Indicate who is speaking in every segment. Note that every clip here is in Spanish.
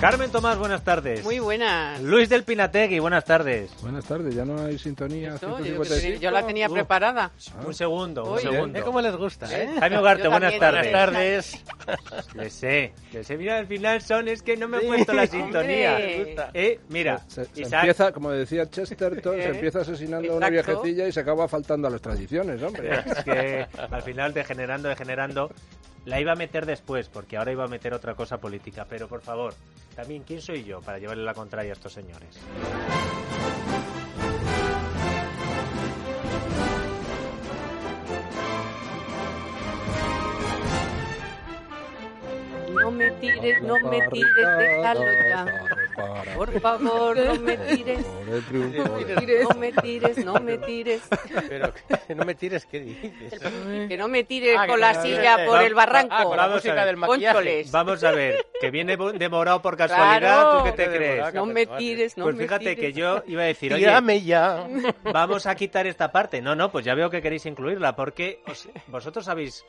Speaker 1: Carmen Tomás, buenas tardes.
Speaker 2: Muy buenas.
Speaker 1: Luis del Pinategui, buenas tardes.
Speaker 3: Buenas tardes, ya no hay sintonía.
Speaker 2: Esto, yo, que tenía- yo la
Speaker 1: Uh.
Speaker 2: tenía preparada.
Speaker 3: Ah.
Speaker 1: Un segundo, un
Speaker 2: Uy.
Speaker 1: segundo.
Speaker 4: Ve cómo les gusta, ¿eh?
Speaker 1: Jaime Ugarte,
Speaker 2: Yo
Speaker 1: buenas
Speaker 2: también,
Speaker 1: tardes.
Speaker 2: buenas
Speaker 4: tardes.
Speaker 1: Le sé, le sé. Mira, al final son, es que no me he puesto la sintonía.
Speaker 2: hombre.
Speaker 1: Eh, mira,
Speaker 3: Se, se
Speaker 1: Isaac,
Speaker 3: empieza, como decía Chesterton, se
Speaker 2: ¿Eh?
Speaker 3: empieza asesinando a una
Speaker 2: Exacto.
Speaker 3: viejecilla y se acaba faltando a las tradiciones, hombre.
Speaker 1: es que al final degenerando, degenerando. La iba a meter después, porque ahora iba a meter otra cosa política. Pero por favor, también, ¿quién soy yo para llevarle la contraria a estos señores?
Speaker 2: No me tires, no me tires, déjalo ya. Por favor, no me tires.
Speaker 3: Por el triunfo
Speaker 2: No me
Speaker 3: de-
Speaker 2: tires, no me tires, no me tires.
Speaker 4: Pero que- no me tires, ¿qué dices?
Speaker 2: Que no me tires
Speaker 4: Ah, que
Speaker 2: con la
Speaker 4: no,
Speaker 2: silla
Speaker 4: eh,
Speaker 2: por
Speaker 1: va-
Speaker 2: el barranco.
Speaker 4: Ah, con la
Speaker 1: Vamos a ver.
Speaker 4: música del maquillaje.
Speaker 2: Póncholes.
Speaker 1: Vamos a ver, que viene bo- demorado por casualidad, ¿tú qué te
Speaker 4: Claro.
Speaker 1: crees?
Speaker 2: No me tires, no
Speaker 1: Pues
Speaker 2: me
Speaker 1: fíjate que
Speaker 2: tires.
Speaker 1: yo iba a decir, oye,
Speaker 4: Tírame ya.
Speaker 1: vamos a quitar esta parte. No, no, pues ya veo que queréis incluirla, porque os- vosotros habéis,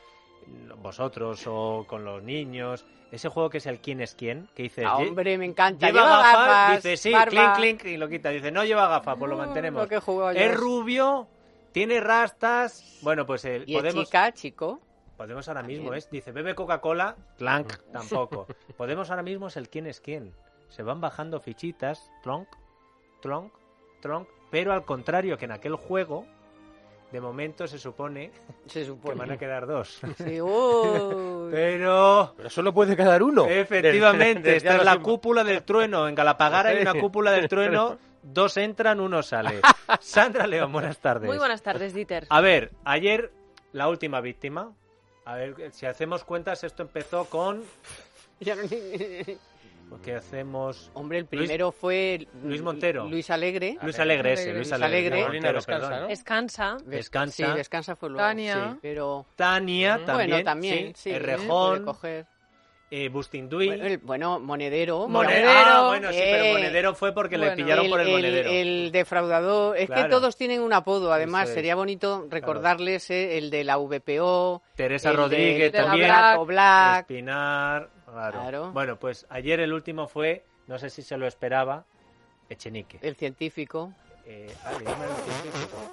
Speaker 1: vosotros o con los niños, ese juego que es el quién es quién, que dices,
Speaker 2: Ah,
Speaker 1: "Lle-
Speaker 2: hombre, me encanta.
Speaker 1: lleva
Speaker 2: Lleva
Speaker 1: gafas,
Speaker 2: gafas,
Speaker 1: dice sí,
Speaker 2: barba.
Speaker 1: clink, clink, y lo quita. Dice, no lleva gafas, pues lo
Speaker 2: No,
Speaker 1: mantenemos.
Speaker 2: lo que he jugado yo
Speaker 1: es
Speaker 2: es-
Speaker 1: rubio, tiene rastas. Bueno, pues eh,
Speaker 2: Y es
Speaker 1: podemos,
Speaker 2: chica, chico.
Speaker 1: podemos ahora mismo,
Speaker 2: También.
Speaker 1: es, dice, bebe Coca-Cola, clank, tampoco. podemos ahora mismo es el quién es quién. Se van bajando fichitas, tronc, tronc, tronc, pero al contrario que en aquel juego, de momento se supone
Speaker 2: Se
Speaker 1: que van a
Speaker 2: supone.
Speaker 1: quedar dos.
Speaker 2: Sí, uy.
Speaker 1: Pero...
Speaker 4: Pero solo puede quedar uno.
Speaker 1: Efectivamente,
Speaker 4: Desde- desde
Speaker 1: esta es
Speaker 4: ahora
Speaker 1: la
Speaker 4: mismo.
Speaker 1: cúpula del trueno. En Galapagara hay una cúpula del trueno, dos entran, uno sale. Sandra León, buenas tardes.
Speaker 5: Muy buenas tardes, Dieter.
Speaker 1: A ver, ayer la última víctima. A ver, si hacemos cuentas, esto empezó con...
Speaker 2: Ya no ni-
Speaker 1: Pues, ¿Qué hacemos?
Speaker 2: Hombre, el primero fue
Speaker 1: Luis Montero. Ah,
Speaker 2: Luis Alegre.
Speaker 1: Luis Alegre ese, Luis
Speaker 2: Luis
Speaker 1: Alegre.
Speaker 2: Alegre.
Speaker 1: Montero,
Speaker 4: Descansa,
Speaker 1: perdón.
Speaker 4: ¿no?
Speaker 5: Descansa.
Speaker 1: Descansa.
Speaker 2: Sí, descansa fue luego.
Speaker 6: Tania.
Speaker 2: Sí, pero
Speaker 1: Tania también.
Speaker 2: bueno, también. Sí, puede
Speaker 1: Errejón,
Speaker 2: coger.
Speaker 1: eh, Bustinduy.
Speaker 2: Bueno, el- bueno, Monedero.
Speaker 1: Monedero. Ah, bueno, sí, pero
Speaker 2: Eh,
Speaker 1: Monedero fue porque le
Speaker 6: Bueno.
Speaker 1: pillaron por el, monedero.
Speaker 2: el defraudador. Es
Speaker 1: Claro.
Speaker 2: que todos tienen un apodo, además.
Speaker 1: Eso es.
Speaker 2: Sería bonito recordarles eh, el de la VPO.
Speaker 1: Teresa
Speaker 2: el de-
Speaker 1: Rodríguez
Speaker 6: de la
Speaker 1: también.
Speaker 6: Black.
Speaker 2: Paco Black.
Speaker 1: Espinar, claro.
Speaker 2: Claro.
Speaker 1: Bueno, pues ayer el último fue, no sé si se lo esperaba, Echenique.
Speaker 2: El científico.
Speaker 1: Eh, ah, le llaman el científico.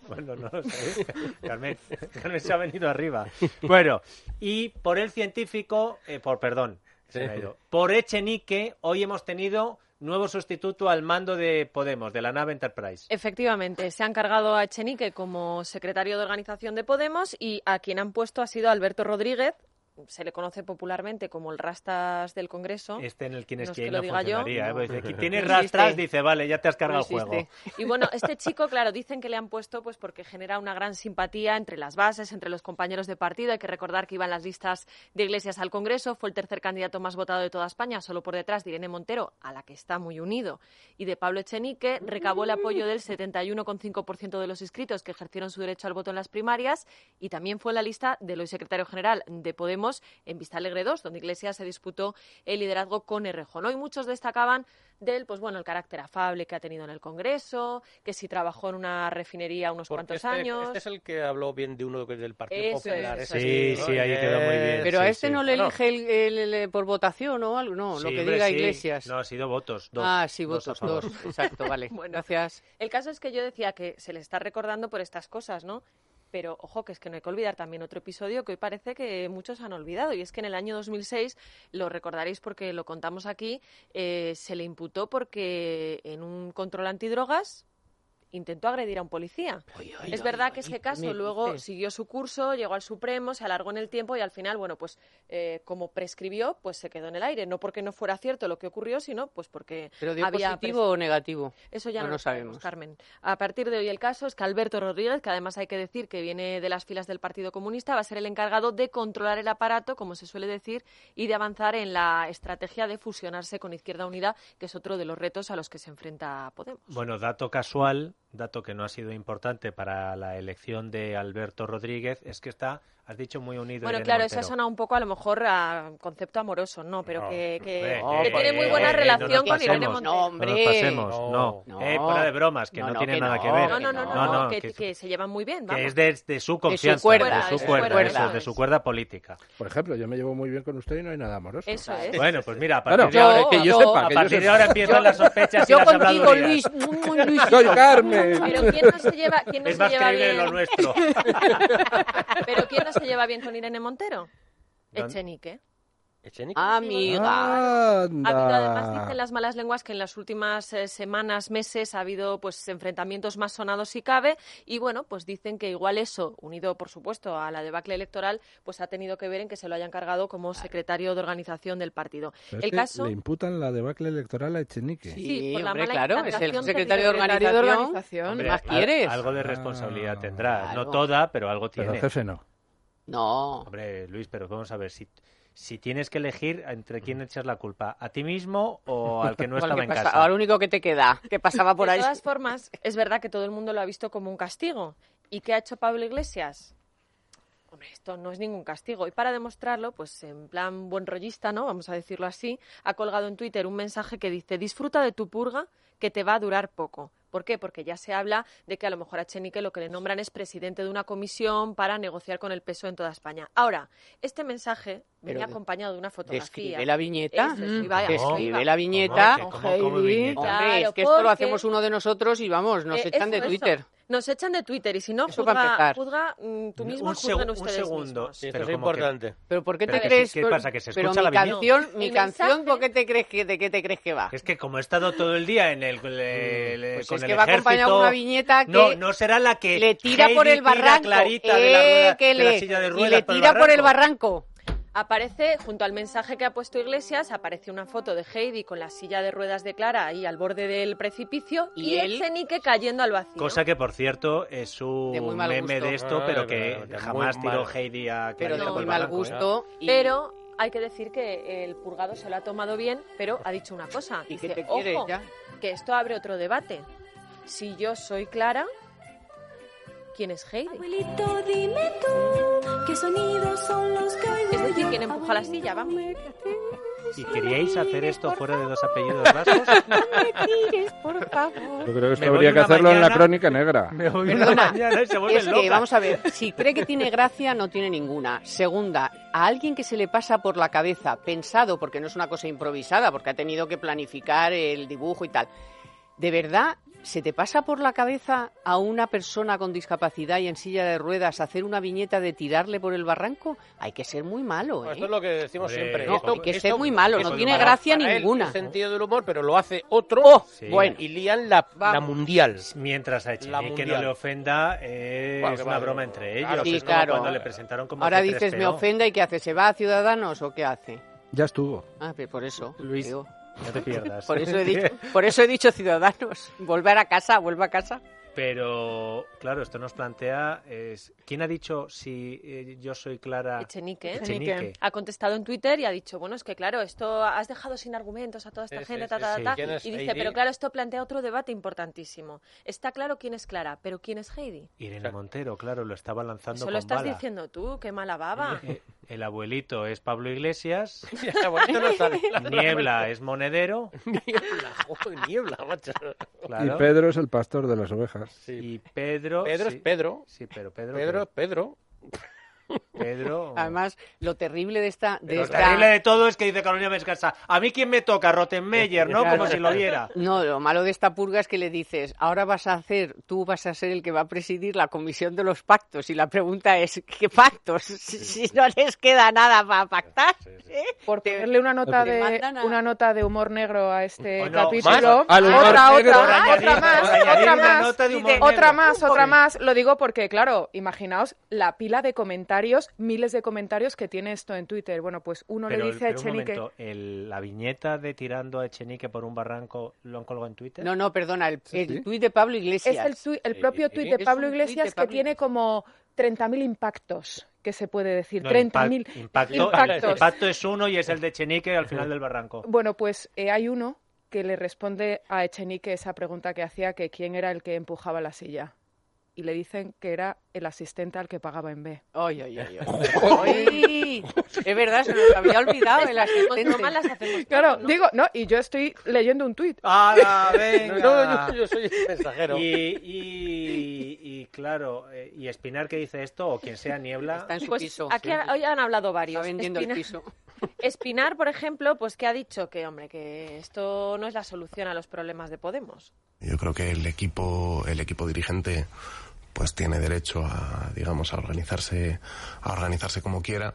Speaker 1: bueno, no lo sé. Carmen, Carmen se ha venido arriba. Bueno, y por el científico, eh, por perdón, se me ha ido. Por Echenique, hoy hemos tenido nuevo sustituto al mando de Podemos, de la nave Enterprise.
Speaker 5: Efectivamente, se han cargado a Echenique como secretario de organización de Podemos y a quien han puesto ha sido Alberto Rodríguez, se le conoce popularmente como el Rastas del Congreso.
Speaker 1: Este en el quien es
Speaker 5: No es
Speaker 1: quien
Speaker 5: que lo
Speaker 1: no
Speaker 5: diga yo.
Speaker 1: funcionaría. ¿eh?
Speaker 2: No.
Speaker 1: Pues dice, "Aquí Tiene
Speaker 2: No
Speaker 1: rastras,
Speaker 2: existe.
Speaker 1: dice, vale, ya te has cargado
Speaker 2: No
Speaker 1: el juego.
Speaker 2: existe.
Speaker 5: Y bueno, este chico, claro, dicen que le han puesto pues porque genera una gran simpatía entre las bases, entre los compañeros de partido. Hay que recordar que iban las listas de Iglesias al Congreso, fue el tercer candidato más votado de toda España, solo por detrás de Irene Montero, a la que está muy unido, y de Pablo Echenique, recabó el apoyo del 71,5% de los inscritos que ejercieron su derecho al voto en las primarias y también fue en la lista del hoy secretario general de Podemos en Vista Alegre 2, donde Iglesias se disputó el liderazgo con Errejón. Hoy muchos destacaban del pues bueno, el carácter afable que ha tenido en el Congreso, que si trabajó en una refinería unos
Speaker 4: Porque
Speaker 5: cuantos
Speaker 4: este-
Speaker 5: años.
Speaker 4: Este es el que habló bien de uno que es del Partido
Speaker 5: Eso es,
Speaker 4: Popular.
Speaker 5: eso
Speaker 1: Sí,
Speaker 4: ese
Speaker 1: sí, ahí quedó muy bien.
Speaker 2: Pero
Speaker 1: Sí,
Speaker 2: a este
Speaker 1: sí.
Speaker 2: no le
Speaker 4: Claro.
Speaker 2: elige el- el- el- por votación o algo, no,
Speaker 1: Sí,
Speaker 2: lo que
Speaker 1: hombre,
Speaker 2: diga
Speaker 1: sí.
Speaker 2: Iglesias.
Speaker 1: No, ha sido votos, dos.
Speaker 2: ah, sí,
Speaker 1: Dos a
Speaker 2: votos,
Speaker 1: favor.
Speaker 2: dos. Exacto, vale.
Speaker 5: Bueno.
Speaker 2: Gracias.
Speaker 5: El caso es que yo decía que se le está recordando por estas cosas, ¿no? Pero ojo, que es que no hay que olvidar también otro episodio que hoy parece que muchos han olvidado. Y es que en el año 2006, lo recordaréis porque lo contamos aquí, eh, se le imputó porque en un control antidrogas intentó agredir a un policía. Es verdad que ese caso luego siguió su curso, llegó al Supremo, se alargó en el tiempo y al final, bueno, pues eh, como prescribió, pues se quedó en el aire. No porque no fuera cierto lo que ocurrió, sino pues porque
Speaker 2: ¿Pero dio
Speaker 5: había
Speaker 2: positivo o negativo?
Speaker 5: eso ya
Speaker 2: No
Speaker 5: no,
Speaker 2: lo
Speaker 5: lo
Speaker 2: sabemos.
Speaker 5: sabemos, Carmen. A partir de hoy el caso es que Alberto Rodríguez, que además hay que decir que viene de las filas del Partido Comunista, va a ser el encargado de controlar el aparato, como se suele decir, y de avanzar en la estrategia de fusionarse con Izquierda Unida, que es otro de los retos a los que se enfrenta Podemos.
Speaker 1: Bueno, dato casual, dato que no ha sido importante para la elección de Alberto Rodríguez, es que está Has dicho muy unido.
Speaker 5: Bueno,
Speaker 1: Irene
Speaker 5: claro,
Speaker 1: Montero.
Speaker 5: esa suena un poco a lo mejor a concepto amoroso, ¿no? Pero
Speaker 1: No,
Speaker 5: que, que-
Speaker 1: hombre,
Speaker 5: que
Speaker 1: eh,
Speaker 5: tiene muy
Speaker 1: eh, eh,
Speaker 5: buena
Speaker 1: no nos
Speaker 5: relación con Irene
Speaker 1: pasemos.
Speaker 5: Montero.
Speaker 1: No
Speaker 2: No,
Speaker 1: nos
Speaker 2: hombre.
Speaker 1: pasemos, no.
Speaker 4: No.
Speaker 1: Eh,
Speaker 2: No.
Speaker 1: fuera de bromas, que no,
Speaker 2: No, no,
Speaker 1: tiene
Speaker 2: que
Speaker 1: nada
Speaker 2: no,
Speaker 1: que ver.
Speaker 5: No, no, no, no,
Speaker 1: no,
Speaker 5: que,
Speaker 1: que-
Speaker 5: que se llevan muy bien,
Speaker 1: que
Speaker 5: vamos.
Speaker 1: es de, de su confianza,
Speaker 2: cuerda,
Speaker 1: de
Speaker 2: de
Speaker 1: su
Speaker 2: su
Speaker 1: cuerda,
Speaker 2: cuerda,
Speaker 1: eso, de su
Speaker 5: ¿sabes?
Speaker 1: cuerda política.
Speaker 3: Por ejemplo, yo me llevo muy bien con usted y no hay nada amoroso.
Speaker 5: Eso es.
Speaker 1: Bueno, pues mira, a partir
Speaker 3: Claro,
Speaker 1: de ahora,
Speaker 3: que yo
Speaker 5: yo-
Speaker 3: sepa,
Speaker 1: a
Speaker 3: que yo
Speaker 1: partir de
Speaker 3: sepa.
Speaker 1: ahora empiezan las sospechas y
Speaker 2: Yo
Speaker 1: las
Speaker 2: contigo,
Speaker 1: habladurías.
Speaker 2: Luis. Muy, muy, Luis.
Speaker 3: ¡Soy Carmen!
Speaker 5: Pero ¿quién no se lleva, quién no
Speaker 1: Es
Speaker 5: se
Speaker 1: más
Speaker 5: lleva
Speaker 1: creíble de
Speaker 5: bien?
Speaker 1: lo nuestro.
Speaker 5: Pero ¿quién no se lleva bien con Irene Montero?
Speaker 1: ¿Dónde?
Speaker 5: Echenique.
Speaker 2: ah,
Speaker 4: Echenique.
Speaker 5: Ah,
Speaker 2: Amiga. Ah,
Speaker 5: Ha habido, además
Speaker 3: ¡Anda!
Speaker 5: dicen las malas lenguas que en las últimas eh, semanas, meses, ha habido pues enfrentamientos más sonados si cabe y bueno, pues dicen que igual eso, unido por supuesto a la debacle electoral, pues ha tenido que ver en que se lo hayan cargado como secretario de organización del partido.
Speaker 3: Pero es
Speaker 5: El
Speaker 3: que
Speaker 5: caso
Speaker 3: Le imputan la debacle electoral a Echenique.
Speaker 5: Sí,
Speaker 2: Sí,
Speaker 5: por la
Speaker 2: hombre,
Speaker 5: mala
Speaker 2: claro, es el
Speaker 5: implantación
Speaker 2: secretario de
Speaker 5: del
Speaker 2: organización.
Speaker 5: secretario de
Speaker 1: Hombre,
Speaker 2: ¿Qué más
Speaker 1: al-
Speaker 2: quieres?
Speaker 1: Algo de responsabilidad
Speaker 3: Ah,
Speaker 1: tendrá. No
Speaker 2: claro.
Speaker 1: toda, pero algo
Speaker 3: Pero
Speaker 1: tiene.
Speaker 3: jefe no.
Speaker 2: No.
Speaker 1: Hombre, Luis, pero vamos a ver, si, si tienes que elegir entre quién echas la culpa, ¿a ti mismo o al que no
Speaker 2: Al que
Speaker 1: estaba en
Speaker 2: pasa-
Speaker 1: casa?
Speaker 2: Al único que te queda, que pasaba por
Speaker 5: de
Speaker 2: ahí.
Speaker 5: todas formas, es verdad que todo el mundo lo ha visto como un castigo. ¿Y qué ha hecho Pablo Iglesias? Hombre, esto no es ningún castigo. Y para demostrarlo, pues en plan buen rollista, ¿no? Vamos a decirlo así, ha colgado en Twitter un mensaje que dice, disfruta de tu purga, que te va a durar poco. ¿Por qué? Porque ya se habla de que a lo mejor a Chenique lo que le nombran es presidente de una comisión para negociar con el peso en toda España. Ahora, este mensaje venía
Speaker 2: de-
Speaker 5: acompañado de una fotografía.
Speaker 2: Describe la viñeta.
Speaker 5: Eso, eso iba, eso iba.
Speaker 2: Describe la viñeta.
Speaker 1: ¿Cómo? ¿Cómo? ¿Cómo
Speaker 6: Heidi.
Speaker 1: viñeta?
Speaker 2: Hombre,
Speaker 5: Claro,
Speaker 2: es que esto lo
Speaker 5: porque-
Speaker 2: hacemos uno de nosotros y vamos, nos
Speaker 5: Eh,
Speaker 2: echan
Speaker 5: eso,
Speaker 2: de
Speaker 5: eso.
Speaker 2: Twitter.
Speaker 5: Nos echan de Twitter y si no,
Speaker 2: Eso para
Speaker 5: juzga,
Speaker 2: empezar.
Speaker 5: juzga mm, tú mismo,
Speaker 1: Un segu- un
Speaker 5: juzguen ustedes
Speaker 1: segundo.
Speaker 5: mismos.
Speaker 4: Sí, esto
Speaker 1: Pero como
Speaker 4: es
Speaker 1: que-
Speaker 4: importante.
Speaker 2: Pero ¿por qué
Speaker 1: Pero
Speaker 2: te
Speaker 1: que
Speaker 2: crees?
Speaker 1: sí, ¿qué
Speaker 2: pero-
Speaker 1: pasa? ¿Que se
Speaker 2: pero
Speaker 1: escucha
Speaker 2: mi
Speaker 1: la viñeta?
Speaker 2: canción, mi
Speaker 5: El
Speaker 2: canción,
Speaker 5: mensaje-
Speaker 2: ¿por qué te crees que de qué te crees que va?
Speaker 1: Es que como he estado todo el día en el, el- el- eh,
Speaker 2: Pues
Speaker 1: con
Speaker 2: es
Speaker 1: el
Speaker 2: que va acompañada de
Speaker 1: ejército,
Speaker 2: una viñeta que
Speaker 1: no, no será la que
Speaker 2: le tira
Speaker 1: Heidi
Speaker 2: por el
Speaker 1: tira a
Speaker 2: barranco,
Speaker 1: Clarita de la rueda-
Speaker 2: eh, que
Speaker 1: de la
Speaker 2: le-
Speaker 1: silla de
Speaker 2: y
Speaker 1: ruedas
Speaker 2: le tira por el barranco.
Speaker 5: Aparece, junto al mensaje que ha puesto Iglesias, aparece una foto de Heidi con la silla de ruedas de Clara ahí al borde del precipicio y,
Speaker 2: Y
Speaker 5: el
Speaker 2: él-
Speaker 5: Echenique cayendo al vacío.
Speaker 1: Cosa que, por cierto, es un
Speaker 2: De muy mal
Speaker 1: meme
Speaker 2: gusto.
Speaker 1: de esto,
Speaker 4: Ah,
Speaker 1: pero
Speaker 4: de
Speaker 1: que
Speaker 4: verdad, de
Speaker 1: jamás
Speaker 4: muy
Speaker 1: tiró
Speaker 4: mal.
Speaker 1: Heidi a Clarita
Speaker 2: Pero de
Speaker 5: no,
Speaker 1: por
Speaker 2: muy
Speaker 1: el
Speaker 2: mal
Speaker 1: barranco, ¿eh?
Speaker 2: gusto. y-
Speaker 5: Pero hay que decir que el purgado se lo ha tomado bien, pero ha dicho una cosa.
Speaker 2: ¿Y
Speaker 5: dice,
Speaker 2: qué te quieres
Speaker 5: ojo,
Speaker 2: ya?
Speaker 5: que esto abre otro debate. Si yo soy Clara, ¿quién es Heidi?
Speaker 7: Abuelito, dime tú qué sonidos son los que oigo
Speaker 5: Es decir,
Speaker 7: yo?
Speaker 5: quien empuja la silla, vamos.
Speaker 1: ¿Y queríais hacer esto fuera de dos apellidos vascos?
Speaker 3: Yo creo que esto
Speaker 1: Me voy
Speaker 3: habría que
Speaker 1: una
Speaker 3: hacerlo en la
Speaker 1: mañana-
Speaker 3: crónica negra.
Speaker 1: Me
Speaker 5: Pues
Speaker 1: voy
Speaker 2: Perdona,
Speaker 1: mañana y se vuelven
Speaker 2: Es que,
Speaker 1: locas.
Speaker 2: vamos a ver, si cree que tiene gracia, no tiene ninguna. Segunda, a alguien que se le pasa por la cabeza, pensado, porque no es una cosa improvisada, porque ha tenido que planificar el dibujo y tal. ¿De verdad se te pasa por la cabeza a una persona con discapacidad y en silla de ruedas hacer una viñeta de tirarle por el barranco? Hay que ser muy malo,
Speaker 4: Bueno,
Speaker 2: ¿eh?
Speaker 4: Esto es lo que decimos
Speaker 1: Hombre,
Speaker 4: siempre.
Speaker 1: no,
Speaker 4: Esto-
Speaker 2: hay que
Speaker 4: esto-
Speaker 2: ser muy malo, no
Speaker 4: esto
Speaker 2: tiene
Speaker 4: para-
Speaker 2: gracia
Speaker 4: para él,
Speaker 2: ninguna.
Speaker 4: un sentido del humor, pero lo hace otro
Speaker 2: Oh,
Speaker 1: Sí.
Speaker 2: bueno.
Speaker 4: y lían la, la
Speaker 2: Vamos.
Speaker 4: mundial.
Speaker 1: Mientras a
Speaker 4: La
Speaker 1: Echenique
Speaker 4: mundial.
Speaker 1: no le ofenda, es
Speaker 4: Bueno, que
Speaker 1: una
Speaker 4: vale.
Speaker 1: broma entre ellos.
Speaker 4: Claro,
Speaker 2: sí,
Speaker 1: es como
Speaker 2: claro.
Speaker 1: cuando le presentaron como
Speaker 2: Ahora
Speaker 1: C3PO.
Speaker 2: dices, me ofenda y ¿qué hace? ¿Se va a Ciudadanos o qué hace?
Speaker 3: Ya estuvo.
Speaker 2: Ah, pues por eso.
Speaker 1: Luis.
Speaker 2: digo.
Speaker 1: No te pierdas.
Speaker 2: Por eso, he dicho, por eso he dicho Ciudadanos. Volver a casa, vuelva a casa.
Speaker 1: Pero, claro, esto nos plantea... Es, ¿Quién ha dicho si eh, yo soy Clara
Speaker 5: Echenique.
Speaker 1: Echenique?
Speaker 5: ha contestado en Twitter y ha dicho, bueno, es que claro, esto has dejado sin argumentos a toda esta
Speaker 4: Sí,
Speaker 5: gente,
Speaker 4: sí,
Speaker 5: ta,
Speaker 4: sí,
Speaker 5: ta,
Speaker 1: sí.
Speaker 5: ta, ta.
Speaker 4: ¿Quién es
Speaker 5: Y dice,
Speaker 4: Heidi?
Speaker 5: pero claro, esto plantea otro debate importantísimo. Está claro quién es Clara, pero ¿quién es Heidi?
Speaker 1: Irene Montero, claro, lo estaba lanzando
Speaker 5: Eso
Speaker 1: con
Speaker 5: lo estás
Speaker 1: bala.
Speaker 5: diciendo tú, qué mala baba.
Speaker 1: Eh, El abuelito es Pablo Iglesias,
Speaker 4: Ya está, bueno, esto no sale.
Speaker 1: Niebla
Speaker 4: eh.
Speaker 1: es Monedero,
Speaker 4: Niebla, joder, niebla, macho.
Speaker 1: claro,
Speaker 3: Y Pedro es el pastor de las ovejas.
Speaker 4: Sí.
Speaker 1: y Pedro...
Speaker 4: Pedro
Speaker 1: sí,
Speaker 4: es Pedro.
Speaker 1: Sí, pero Pedro...
Speaker 4: Pedro es Pedro.
Speaker 1: Pedro...
Speaker 2: Además, lo terrible de esta... De
Speaker 1: Lo
Speaker 2: esta-
Speaker 1: terrible de todo es que dice Carolina Vescasa, a mí quién me toca, Rottenmeier, ¿no? Como si lo viera.
Speaker 2: No, lo malo de esta purga es que le dices, ahora vas a hacer, tú vas a ser el que va a presidir la comisión de los pactos. Y la pregunta es, ¿qué pactos? Si, si no les queda nada para pactar. ¿eh?
Speaker 8: por
Speaker 2: Te-
Speaker 8: ponerle una nota
Speaker 2: te
Speaker 8: de
Speaker 2: mandan a-
Speaker 8: una nota de humor negro a este
Speaker 1: Bueno,
Speaker 8: capítulo.
Speaker 1: más.
Speaker 3: Al humor
Speaker 8: otra,
Speaker 3: negro.
Speaker 1: Por
Speaker 8: otra,
Speaker 1: añadir-
Speaker 8: otra más,
Speaker 1: por añadir
Speaker 8: otra
Speaker 1: una
Speaker 8: más.
Speaker 1: nota de humor
Speaker 8: Otra
Speaker 1: negro.
Speaker 8: más, otra más. Lo digo porque, claro, imaginaos la pila de comentarios, miles de comentarios que tiene esto en Twitter. Bueno, pues uno
Speaker 1: Pero,
Speaker 8: le dice a
Speaker 1: pero un
Speaker 8: Echenique.
Speaker 1: momento, el- la viñeta de tirando a Echenique por un barranco, ¿lo han colgado en Twitter?
Speaker 2: No, no, perdona, el,
Speaker 3: Sí, sí.
Speaker 2: el tuit de Pablo Iglesias.
Speaker 8: Es el, tui- el
Speaker 4: Sí,
Speaker 8: propio
Speaker 4: sí,
Speaker 8: tuit
Speaker 4: sí.
Speaker 8: de
Speaker 2: Eh, Es
Speaker 8: Pablo
Speaker 2: un tuit de
Speaker 8: Iglesias que
Speaker 2: Pablo
Speaker 8: tiene
Speaker 2: Iglesias.
Speaker 8: como 30.000 impactos, que se puede decir.
Speaker 1: No,
Speaker 8: 30.000
Speaker 1: impact- impacto,
Speaker 8: impactos.
Speaker 1: El impacto es uno y es el de Echenique al final del barranco.
Speaker 8: Bueno, pues eh, hay uno que le responde a Echenique esa pregunta que hacía, que quién era el que empujaba la silla. y le dicen que era el asistente al que pagaba en B.
Speaker 2: Ay, ay, ay, ay. Ay, Es verdad, se nos había olvidado
Speaker 5: Pues,
Speaker 2: el
Speaker 5: Ah, Hacemos
Speaker 2: asistente.
Speaker 5: malas, hacemos
Speaker 8: Claro,
Speaker 5: todo, Ah, ¿no?
Speaker 8: digo, no, y yo estoy leyendo un
Speaker 9: Ah,
Speaker 8: tuit.
Speaker 1: ¡Hala,
Speaker 4: No,
Speaker 1: venga!
Speaker 4: no, yo, yo soy el mensajero.
Speaker 1: Y, y- y, claro, eh, y Espinar que dice esto, o quien sea Niebla,
Speaker 2: Está en su
Speaker 5: Pues
Speaker 2: piso.
Speaker 5: aquí han- hoy han hablado varios.
Speaker 2: Está vendiendo el
Speaker 5: Espina-
Speaker 2: piso.
Speaker 5: Espinar, por ejemplo, pues que ha dicho que, hombre, que esto no es la solución a los problemas de Podemos.
Speaker 6: Yo creo que el equipo, el equipo dirigente, pues tiene derecho a, digamos, a organizarse, a organizarse como quiera,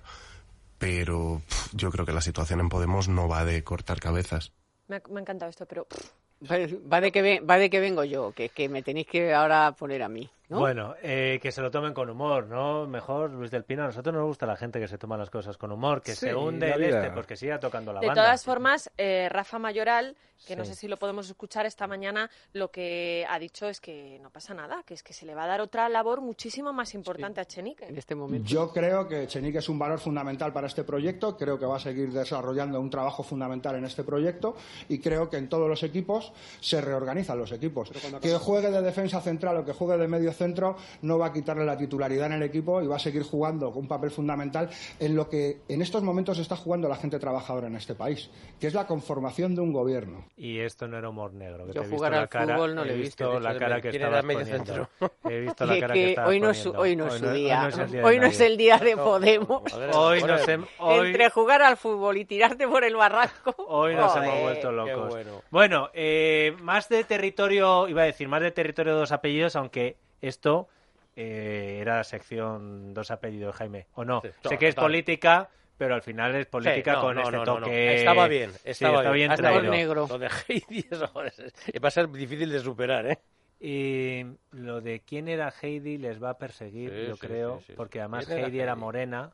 Speaker 6: pero pf, yo creo que la situación en Podemos no va de cortar cabezas.
Speaker 5: Me ha, me ha encantado esto, pero pff,
Speaker 2: Pues Va de que, ve- va de que vengo yo, que, que me tenéis que ahora poner a mí, ¿no?
Speaker 1: Bueno, eh, que se lo tomen con humor, ¿no? Mejor, Luis del Pino, a nosotros nos gusta la gente que se toma las cosas con humor, que
Speaker 3: Sí,
Speaker 1: se hunde
Speaker 3: la
Speaker 1: el
Speaker 3: vida.
Speaker 1: este, pues que siga tocando la
Speaker 5: de
Speaker 1: banda.
Speaker 5: todas formas, eh, Rafa Mayoral, que no
Speaker 1: Sí.
Speaker 5: sé si lo podemos escuchar esta mañana, lo que ha dicho es que no pasa nada, que es que se le va a dar otra labor muchísimo más importante a Chenique.
Speaker 2: En este momento.
Speaker 10: Yo creo que Chenique es un valor fundamental para este proyecto, creo que va a seguir desarrollando un trabajo fundamental en este proyecto y creo que en todos los equipos se reorganizan los equipos. Que juegue de defensa central o que juegue de medio centro no va a quitarle la titularidad en el equipo y va a seguir jugando un papel fundamental en lo que en estos momentos está jugando la gente trabajadora en este país, que es la conformación de un gobierno.
Speaker 1: Y esto no era humor negro. Que
Speaker 2: Yo
Speaker 1: te he visto
Speaker 2: jugar
Speaker 1: la
Speaker 2: al
Speaker 1: cara,
Speaker 2: fútbol no
Speaker 1: he
Speaker 2: le he visto,
Speaker 1: visto
Speaker 4: de
Speaker 1: la
Speaker 4: hecho,
Speaker 1: cara
Speaker 4: me
Speaker 1: que
Speaker 4: quiere
Speaker 1: estabas
Speaker 4: dar medio
Speaker 1: poniendo.
Speaker 4: centro.
Speaker 1: He visto la
Speaker 2: Que-
Speaker 1: cara
Speaker 2: que
Speaker 1: que, estabas
Speaker 2: hoy no es su-
Speaker 1: poniendo.
Speaker 2: hoy no es su día.
Speaker 1: Hoy no es el día, de
Speaker 2: Hoy no
Speaker 1: nadie.
Speaker 2: es el día de
Speaker 4: No,
Speaker 2: Podemos.
Speaker 4: joder,
Speaker 1: Hoy
Speaker 4: joder,
Speaker 1: nos hem- hoy-
Speaker 2: Entre jugar al fútbol y tirarte por el barranco.
Speaker 1: Hoy nos
Speaker 2: joder.
Speaker 1: hemos vuelto
Speaker 4: qué
Speaker 1: locos.
Speaker 4: bueno.
Speaker 1: eh, más de territorio, iba a decir, más de territorio de dos apellidos, aunque esto eh, era la sección dos apellidos, Jaime, ¿o no?
Speaker 4: Sí,
Speaker 1: sé
Speaker 4: to-
Speaker 1: que es
Speaker 4: total.
Speaker 1: política, pero al final es política
Speaker 4: Sí, no,
Speaker 1: con
Speaker 4: no,
Speaker 1: este
Speaker 4: no, no,
Speaker 1: toque.
Speaker 4: no. Estaba bien,
Speaker 1: Sí,
Speaker 4: estaba
Speaker 1: está bien,
Speaker 4: bien.
Speaker 2: Hasta
Speaker 1: traído.
Speaker 2: el negro.
Speaker 4: Lo de Heidi, eso, joder, es- va a ser difícil de superar, ¿eh?
Speaker 1: Y lo de quién era Heidi les va a perseguir,
Speaker 4: Sí,
Speaker 1: yo
Speaker 4: sí,
Speaker 1: creo,
Speaker 4: sí, sí,
Speaker 1: porque
Speaker 4: sí.
Speaker 1: además
Speaker 4: ¿Quién era
Speaker 1: Heidi era
Speaker 4: Heidi?
Speaker 1: morena,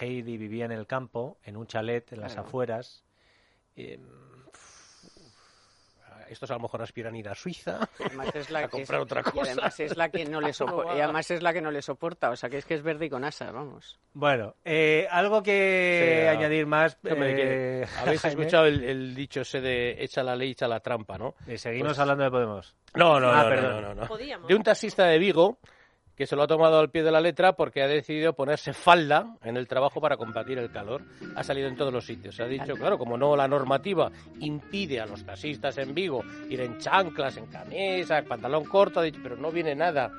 Speaker 1: Heidi vivía en el campo, en un chalet, en las afueras. Eh,
Speaker 4: Estos a lo mejor aspiran a ir a Suiza.
Speaker 2: Además es la
Speaker 4: A
Speaker 2: que es-
Speaker 4: comprar otra
Speaker 2: Y además es la que no le soporta.
Speaker 4: va.
Speaker 2: Y además es la que no le soporta. O sea, que es que es verde y con asa, vamos.
Speaker 1: Bueno, eh, algo que
Speaker 4: Sí, a-
Speaker 1: añadir más.
Speaker 4: No me
Speaker 1: eh,
Speaker 4: quiere. Habéis
Speaker 1: Jaime?
Speaker 4: escuchado el, el dicho ese de echa la ley, echa la trampa, ¿no?
Speaker 1: Eh, seguimos
Speaker 4: Pues-
Speaker 1: hablando de Podemos.
Speaker 4: No, no,
Speaker 1: Ah,
Speaker 4: no, no,
Speaker 1: perdón.
Speaker 4: no, no, no.
Speaker 5: Podíamos.
Speaker 4: De un taxista de Vigo que se lo ha tomado al pie de la letra porque ha decidido ponerse falda en el trabajo para combatir el calor. Ha salido en todos los sitios. Ha dicho, claro, como no la normativa impide a los taxistas en Vigo ir en chanclas, en camisa, en pantalón corto, ha dicho, pero no viene nada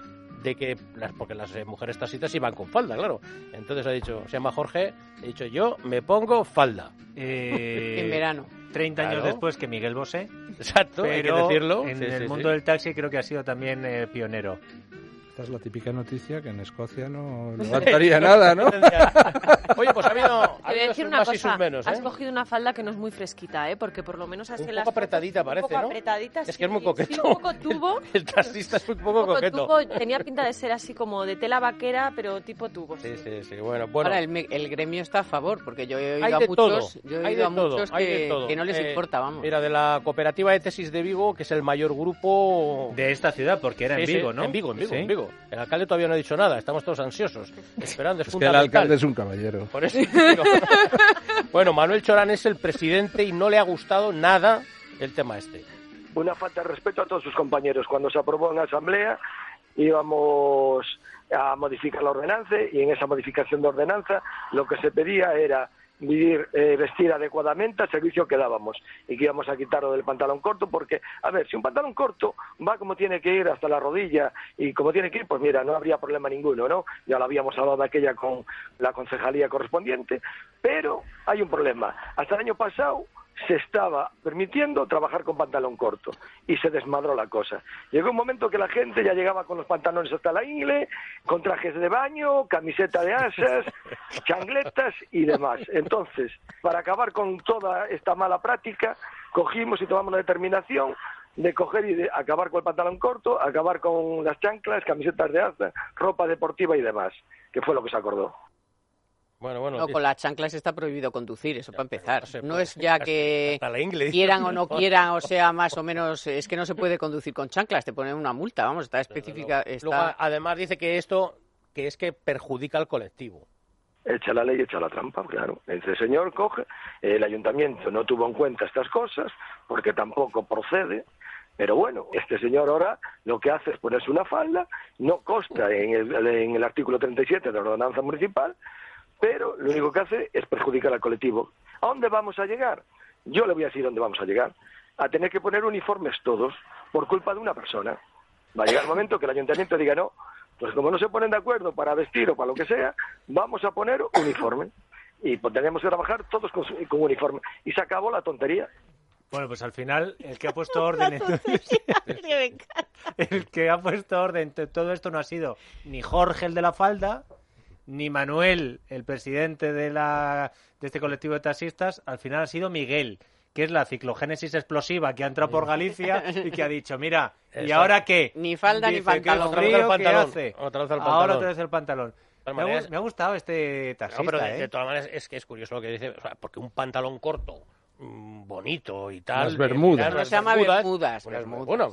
Speaker 4: de que las porque las eh, mujeres taxistas iban con falda, claro. Entonces ha dicho, se llama Jorge, he dicho yo me pongo falda.
Speaker 1: Eh,
Speaker 2: en verano.
Speaker 1: 30 años
Speaker 4: Claro.
Speaker 1: después que Miguel Bosé,
Speaker 4: Exacto, hay que
Speaker 1: pero
Speaker 4: decirlo.
Speaker 1: en
Speaker 4: Sí,
Speaker 1: el
Speaker 4: sí,
Speaker 1: mundo
Speaker 4: sí.
Speaker 1: del taxi creo que ha sido también eh, pionero.
Speaker 3: Esta es la típica noticia que en Escocia no levantaría nada, ¿no?
Speaker 4: Oye, pues ha habido, ha
Speaker 5: Te voy a
Speaker 4: habido
Speaker 5: decir
Speaker 4: sus
Speaker 5: una
Speaker 4: más y sus
Speaker 5: cosa.
Speaker 4: menos,
Speaker 5: Has
Speaker 4: ¿eh?
Speaker 5: cogido una falda que no es muy fresquita, ¿eh? Porque por lo menos hace
Speaker 4: Un
Speaker 5: las
Speaker 4: poco apretaditita
Speaker 5: fotos,
Speaker 4: parece,
Speaker 5: un poco
Speaker 4: ¿no?
Speaker 5: apretadita.
Speaker 4: Es
Speaker 5: sí,
Speaker 4: que es muy
Speaker 5: sí,
Speaker 4: coqueto.
Speaker 5: un poco tubo.
Speaker 4: El taxista es un poco,
Speaker 5: un poco
Speaker 4: coqueto.
Speaker 5: tubo. Tenía pinta de ser así como de tela vaquera, pero tipo tubo.
Speaker 4: Sí,
Speaker 5: sí.
Speaker 4: sí, sí. Bueno, bueno.
Speaker 2: Ahora, el, me- el gremio está a favor, porque yo he oído
Speaker 4: hay
Speaker 2: a
Speaker 4: de
Speaker 2: muchos,
Speaker 4: todo.
Speaker 2: yo he
Speaker 4: hay
Speaker 2: oído
Speaker 4: de
Speaker 2: a
Speaker 4: todo,
Speaker 2: muchos
Speaker 4: hay de
Speaker 2: que,
Speaker 4: todo.
Speaker 2: que no les
Speaker 4: Eh,
Speaker 2: importa, vamos.
Speaker 4: Mira, de la cooperativa de tesis de Vigo, que es el mayor grupo
Speaker 1: De esta ciudad, porque era
Speaker 4: Sí,
Speaker 1: en
Speaker 4: sí,
Speaker 1: Vigo, ¿no?
Speaker 4: En Vigo, en Vigo,
Speaker 1: Sí.
Speaker 4: en Vigo. El alcalde todavía no ha dicho nada, estamos todos ansiosos, esperando. Es
Speaker 3: Es que el
Speaker 4: fundamental.
Speaker 3: alcalde es un caballero.
Speaker 4: Por eso digo. bueno, Manuel Chorán es el presidente y no le ha gustado nada el tema este.
Speaker 11: una falta de respeto a todos sus compañeros. Cuando se aprobó en la Asamblea íbamos a modificar la ordenanza y en esa modificación de ordenanza lo que se pedía era vivir, eh, vestir adecuadamente al servicio que dábamos y que íbamos a quitarlo del pantalón corto porque, a ver, si un pantalón corto va como tiene que ir hasta la rodilla y como tiene que ir, pues mira, no habría problema ninguno, ¿no? Ya lo habíamos hablado de aquella con la concejalía correspondiente, pero hay un problema. Hasta el año pasado se estaba permitiendo trabajar con pantalón corto y se desmadró la cosa. Llegó un momento que la gente ya llegaba con los pantalones hasta la ingle, con trajes de baño, camiseta de asas, changletas y demás. Entonces, para acabar con toda esta mala práctica, cogimos y tomamos la determinación de coger y de acabar con el pantalón corto, acabar con las chanclas, camisetas de asa, ropa deportiva y demás, que fue lo que se acordó.
Speaker 4: Bueno, bueno.
Speaker 2: No,
Speaker 4: sí.
Speaker 2: con las chanclas está prohibido conducir, eso para empezar.
Speaker 4: no se
Speaker 2: No
Speaker 4: puede.
Speaker 2: es ya que
Speaker 4: Hasta la ingle, dice.
Speaker 2: quieran o no quieran, o sea, más o menos, eh, es que no se puede conducir con chanclas, te ponen una multa, vamos, está específica,
Speaker 4: Luego,
Speaker 2: está...
Speaker 4: además dice que esto que es que perjudica al colectivo.
Speaker 11: Echa la ley, echa la trampa, claro. Este señor coge, el ayuntamiento no tuvo en cuenta estas cosas, porque tampoco procede, Pero bueno, este señor ahora lo que hace es ponerse una falda, no consta en el, en el artículo 37 de la ordenanza municipal, pero lo único que hace es perjudicar al colectivo. ¿A dónde vamos a llegar? Yo le voy a decir dónde vamos a llegar. A tener que poner uniformes todos por culpa de una persona. Va a llegar el momento que el ayuntamiento diga no, pues como no se ponen de acuerdo para vestir o para lo que sea, vamos a poner uniforme. Y pues tenemos que trabajar todos con, su- con uniforme. Y se acabó la tontería.
Speaker 1: Bueno, pues al final, el que ha puesto orden en todo-
Speaker 12: me encanta.
Speaker 1: el que ha puesto orden en todo esto no ha sido ni Jorge el de la falda, ni Manuel, el presidente de, la, de este colectivo de taxistas, al final ha sido Miguel, que es la ciclogénesis explosiva que ha entrado por Galicia y que ha dicho, mira, ¿y
Speaker 4: Exacto.
Speaker 1: ahora qué?
Speaker 2: Ni falda ni
Speaker 1: Dice, "Qué
Speaker 2: pantalón.
Speaker 4: Otra vez al
Speaker 1: frío que
Speaker 4: pantalón,
Speaker 1: hace".
Speaker 4: otra vez al
Speaker 1: Ahora
Speaker 4: pantalón.
Speaker 1: otra vez el pantalón. Me ha,
Speaker 4: todas maneras-
Speaker 1: gu- me ha gustado este taxista,
Speaker 4: No, pero de,
Speaker 1: ¿eh?
Speaker 4: de todas maneras es que es curioso lo que dice, o sea, porque un pantalón corto, mm, bonito y tal. eh,
Speaker 3: Las bermudas.
Speaker 4: mirar
Speaker 3: Pero
Speaker 4: unas
Speaker 2: se llama bermudas,
Speaker 4: unas-
Speaker 2: bermudas.
Speaker 4: pues, Bueno,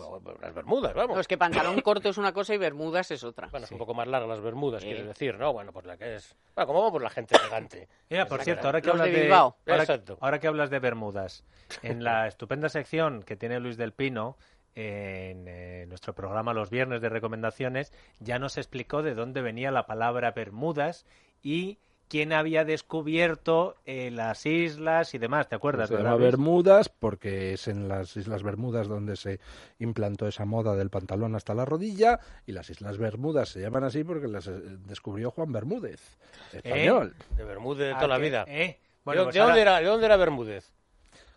Speaker 4: las bermudas, vamos.
Speaker 2: No, es que pantalón corto es una cosa y bermudas es otra.
Speaker 4: Bueno, es un poco más largas las bermudas,
Speaker 2: Sí.
Speaker 4: quieres decir, ¿no? Bueno, pues la que es... Bueno, como vamos por la gente elegante.
Speaker 1: Mira, por
Speaker 4: Exacto.
Speaker 1: cierto, ahora que
Speaker 2: Los de
Speaker 1: hablas de,
Speaker 2: Bilbao.
Speaker 1: ahora,
Speaker 4: Exacto.
Speaker 1: ahora que hablas de Bermudas, en la estupenda sección que tiene Luis del Pino en eh, nuestro programa los viernes de recomendaciones, ya nos explicó de dónde venía la palabra Bermudas y quién había descubierto eh, las islas y demás, ¿te acuerdas?
Speaker 3: Se
Speaker 1: verdad,
Speaker 3: llama
Speaker 1: Luis?
Speaker 3: Bermudas porque es en las Islas Bermudas donde se implantó esa moda del pantalón hasta la rodilla y las Islas Bermudas se llaman así porque las eh, descubrió Juan Bermúdez,
Speaker 1: ¿Eh?
Speaker 3: español.
Speaker 4: De Bermúdez de
Speaker 1: Ah,
Speaker 4: toda la
Speaker 1: que-
Speaker 4: vida.
Speaker 1: ¿eh?
Speaker 4: ¿De-
Speaker 1: Bueno,
Speaker 4: ¿De,
Speaker 1: pues
Speaker 4: dónde
Speaker 1: ahora-
Speaker 4: era, ¿De dónde era Bermúdez?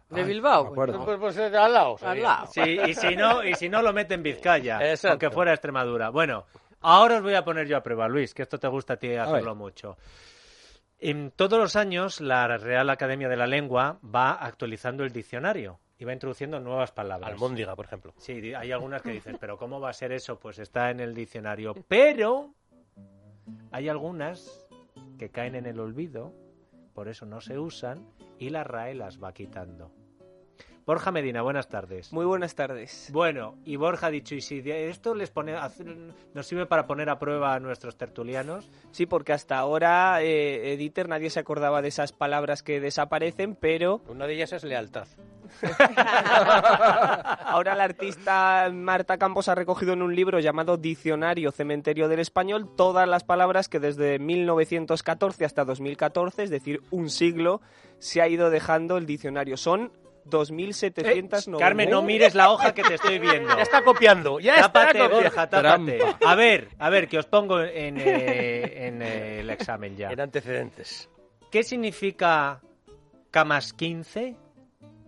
Speaker 2: De
Speaker 3: Ay,
Speaker 2: Bilbao,
Speaker 3: me acuerdo.
Speaker 4: Pues, pues, de al lado.
Speaker 2: Al
Speaker 4: sería.
Speaker 2: lado.
Speaker 1: Sí, y si no, y si no lo mete en Vizcaya,
Speaker 4: Exacto.
Speaker 1: aunque fuera Extremadura. Bueno, ahora os voy a poner yo a prueba, Luis, que esto te gusta a ti hacerlo
Speaker 3: ver.
Speaker 1: mucho. En todos los años, la Real Academia de la Lengua va actualizando el diccionario y va introduciendo nuevas palabras.
Speaker 4: Almóndiga, por ejemplo.
Speaker 1: Sí, di- hay algunas que dices, pero ¿cómo va a ser eso? Pues está en el diccionario. Pero hay algunas que caen en el olvido, por eso no se usan, y la RAE las va quitando. Borja Medina, buenas tardes.
Speaker 9: Muy buenas tardes.
Speaker 1: Bueno, y Borja ha dicho, y si de esto les pone, hace- nos sirve para poner a prueba a nuestros tertulianos,
Speaker 9: Sí, porque hasta ahora, eh, Editer, nadie se acordaba de esas palabras que desaparecen, pero
Speaker 4: Una de ellas es lealtad.
Speaker 9: ahora la artista Marta Campos ha recogido en un libro llamado Diccionario Cementerio del Español todas las palabras que desde 1914 hasta 2014, es decir, un siglo, se ha ido dejando el diccionario. Son Eh, 2.790.
Speaker 1: Carmen, no mires la hoja que te estoy viendo.
Speaker 4: Ya está copiando, ya está
Speaker 1: Tápate,
Speaker 4: copiando.
Speaker 1: Borja, tápate. A ver, a ver, que os pongo en, eh, en, eh, el examen ya.
Speaker 4: En antecedentes.
Speaker 1: ¿Qué significa camas 15?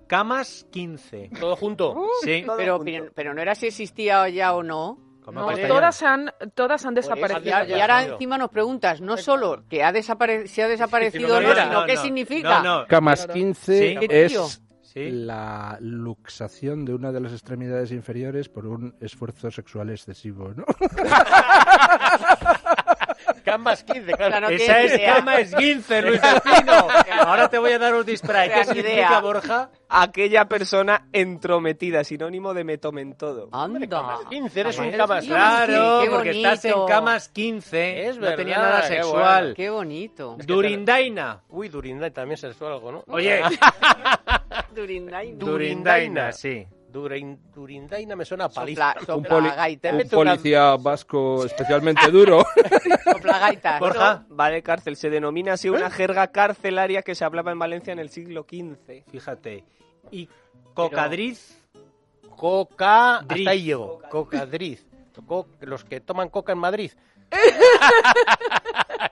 Speaker 1: Camas 15.
Speaker 4: Todo junto.
Speaker 1: Sí.
Speaker 2: Pero, pero, pero Uh. no era si existía ya o no.
Speaker 1: Como
Speaker 8: No,
Speaker 1: castellano.
Speaker 8: Pues todas han, todas han
Speaker 2: Por eso,
Speaker 8: desaparecido.
Speaker 2: Y,
Speaker 4: ya-
Speaker 2: a- y
Speaker 8: ya.
Speaker 2: ahora
Speaker 4: Desaparecido.
Speaker 2: encima nos preguntas no solo que ha desapare- si ha desaparecido o
Speaker 1: no,
Speaker 2: no,
Speaker 1: no,
Speaker 2: sino
Speaker 1: no,
Speaker 2: qué
Speaker 1: no.
Speaker 2: significa.
Speaker 1: No, no.
Speaker 3: Camas 15
Speaker 1: Sí.
Speaker 2: ¿Qué tío?
Speaker 3: es
Speaker 1: Sí.
Speaker 3: la luxación de una de las extremidades inferiores por un esfuerzo sexual excesivo, ¿no?
Speaker 4: Cambas 15, claro.
Speaker 2: Claro, no
Speaker 1: Esa
Speaker 2: tienes
Speaker 1: es
Speaker 2: idea.
Speaker 1: cama es 15, Luis del Pino. Ahora te voy a dar un display. ¿Qué
Speaker 2: Gran idea.
Speaker 1: significa, Borja?
Speaker 9: Aquella persona entrometida, sinónimo de metomentodo.
Speaker 2: Anda.
Speaker 4: 15, eres un
Speaker 1: Camas
Speaker 4: camas.
Speaker 2: 15.
Speaker 1: Claro,
Speaker 2: qué
Speaker 1: porque estás en
Speaker 2: bonito.
Speaker 1: camas 15.
Speaker 4: Es
Speaker 1: no tenía
Speaker 4: verdad,
Speaker 1: nada
Speaker 4: qué
Speaker 1: sexual.
Speaker 2: Qué bonito.
Speaker 4: Es que te-
Speaker 1: Durindaina.
Speaker 4: Uy, Durindaina también se le suena algo, ¿no?
Speaker 1: Oye,
Speaker 2: Ah, Durindaina.
Speaker 4: Du-
Speaker 1: Durindaina, sí.
Speaker 4: Durin- Durindaina me suena a paliza.
Speaker 2: Sopla, sopla
Speaker 3: poli-
Speaker 2: gaita.
Speaker 3: Un
Speaker 4: Mete una-
Speaker 3: policía vasco especialmente duro.
Speaker 2: Sopla gaita.
Speaker 1: Borja,
Speaker 9: Va de cárcel. Se denomina así
Speaker 4: ¿Eh?
Speaker 9: una jerga carcelaria que se hablaba en Valencia en el siglo XV.
Speaker 1: fíjate. Y cocadriz.
Speaker 4: Coca.
Speaker 1: Driz.
Speaker 4: Hasta ahí llego. Cocadriz. Co- Los que toman coca en Madrid.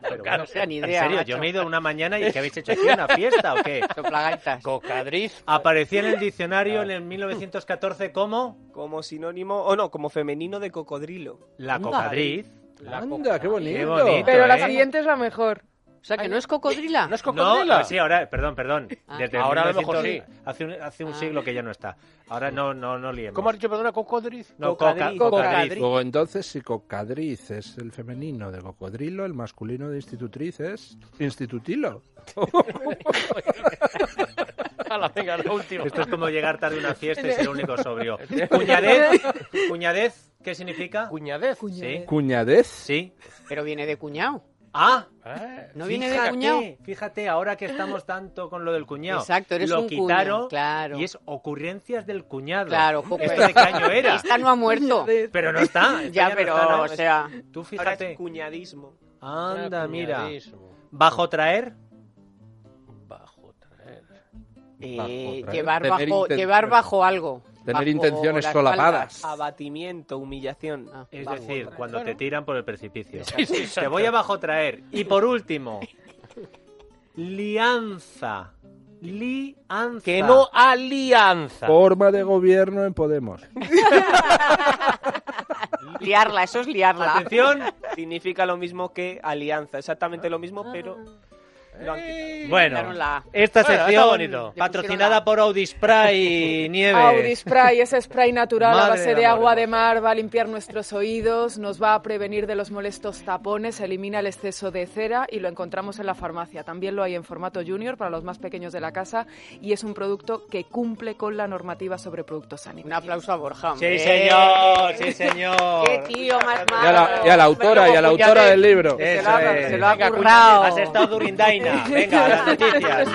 Speaker 1: Pero
Speaker 2: No sea ni idea.
Speaker 1: en serio,
Speaker 2: macho.
Speaker 1: yo me he ido una mañana y ¿qué habéis hecho aquí? ¿Una fiesta o qué?
Speaker 2: Sopla gaitas.
Speaker 4: Cocadriz.
Speaker 1: Aparecía en el diccionario
Speaker 2: Ah.
Speaker 1: en el 1914 como
Speaker 9: Como sinónimo, o no, como femenino de cocodrilo.
Speaker 1: la
Speaker 2: Anda.
Speaker 1: cocadriz.
Speaker 3: Anda, qué bonito.
Speaker 1: Qué bonito.
Speaker 8: Pero la
Speaker 1: ¿eh?
Speaker 8: siguiente es la mejor.
Speaker 2: O sea, que no es
Speaker 9: Ah,
Speaker 2: cocodrila.
Speaker 4: ¿No es
Speaker 1: No,
Speaker 4: cocodrila?
Speaker 1: pues sí, ahora, perdón, perdón.
Speaker 2: Ah.
Speaker 1: Desde
Speaker 4: Ahora a lo mejor
Speaker 1: 1900, Hace un, hace un
Speaker 2: Ah.
Speaker 1: siglo que ya no está. Ahora no, no, no liemos.
Speaker 4: ¿Cómo has dicho, perdona, cocodriz?
Speaker 1: No, coca-
Speaker 9: Cocadriz.
Speaker 1: cocadriz.
Speaker 3: O entonces, si cocadriz es el femenino de cocodrilo, el masculino de institutriz es institutilo.
Speaker 4: Hala, venga, la última.
Speaker 1: Esto es como llegar tarde a una fiesta y ser el único sobrio. Cuñadez, cuñadez, ¿qué significa?
Speaker 4: Cuñadez.
Speaker 1: Sí,
Speaker 3: Cuñadez.
Speaker 1: sí.
Speaker 2: Pero viene de cuñado.
Speaker 1: Ah,
Speaker 2: ¿No viene de
Speaker 1: fíjate,
Speaker 2: cuñao?
Speaker 1: Fíjate, ahora que estamos tanto con lo del cuñado.
Speaker 2: Exacto, eres
Speaker 1: lo
Speaker 2: un cuñao,
Speaker 1: quitaron
Speaker 2: claro.
Speaker 1: Y es ocurrencias del cuñado.
Speaker 2: Claro, poco
Speaker 1: ¿Esto de
Speaker 2: es.
Speaker 1: qué año era?
Speaker 2: Esta no ha muerto.
Speaker 1: Pero no está. esta
Speaker 2: Ya,
Speaker 1: no
Speaker 2: pero,
Speaker 1: está, ¿no?
Speaker 2: o sea,
Speaker 1: Tú
Speaker 9: Ahora es
Speaker 1: fíjate.
Speaker 9: cuñadismo.
Speaker 1: Anda,
Speaker 4: Era
Speaker 1: mira.
Speaker 4: cuñadismo.
Speaker 1: Bajo traer.
Speaker 4: Bajo traer.
Speaker 2: Eh,
Speaker 3: Bajo, traer.
Speaker 2: llevar,
Speaker 3: Tener
Speaker 2: bajo,
Speaker 3: inten-
Speaker 2: llevar bajo algo.
Speaker 3: Tener
Speaker 2: bajo
Speaker 3: intenciones
Speaker 2: las
Speaker 3: solapadas.
Speaker 2: faldas.
Speaker 9: Abatimiento, humillación.
Speaker 1: Es
Speaker 9: Bajo
Speaker 1: decir,
Speaker 9: traer.
Speaker 1: cuando te
Speaker 9: Bueno.
Speaker 1: tiran por el precipicio.
Speaker 9: Sí, sí,
Speaker 1: te
Speaker 9: exacto.
Speaker 1: voy a bajo traer. Y por último, lianza. Lianza.
Speaker 4: Que no alianza.
Speaker 3: Forma de gobierno en Podemos.
Speaker 2: Liarla, eso es liarla.
Speaker 1: Atención.
Speaker 9: Significa lo mismo que alianza, exactamente lo mismo, pero lo han quitado.
Speaker 1: Bueno,
Speaker 2: Quitaron la-
Speaker 1: esta
Speaker 4: Bueno, está
Speaker 1: sección
Speaker 4: bonito.
Speaker 1: patrocinada por Audispray Nieves.
Speaker 8: Audispray, ese spray natural a
Speaker 1: Madre
Speaker 8: base
Speaker 1: del
Speaker 8: de
Speaker 1: amor
Speaker 8: agua de mar, va a limpiar nuestros oídos, nos va a prevenir de los molestos tapones, elimina el exceso de cera y lo encontramos en la farmacia. También lo hay en formato junior para los más pequeños de la casa y es un producto que cumple con la normativa sobre productos sanitarios.
Speaker 2: Un aplauso a Borja.
Speaker 1: Sí,
Speaker 2: hombre.
Speaker 1: señor, sí, señor.
Speaker 2: Qué tío más
Speaker 3: Y a la,
Speaker 2: malo.
Speaker 3: y a la autora, y a la autora del libro.
Speaker 2: Se
Speaker 1: Eso
Speaker 2: lo ha-
Speaker 1: es.
Speaker 2: se lo ha
Speaker 1: Venga,
Speaker 2: currao.
Speaker 1: cuñado, Has estado durindaina. Venga, las noticias.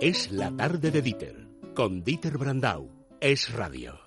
Speaker 13: Es la tarde de Dieter, con Dieter Brandau. Es radio.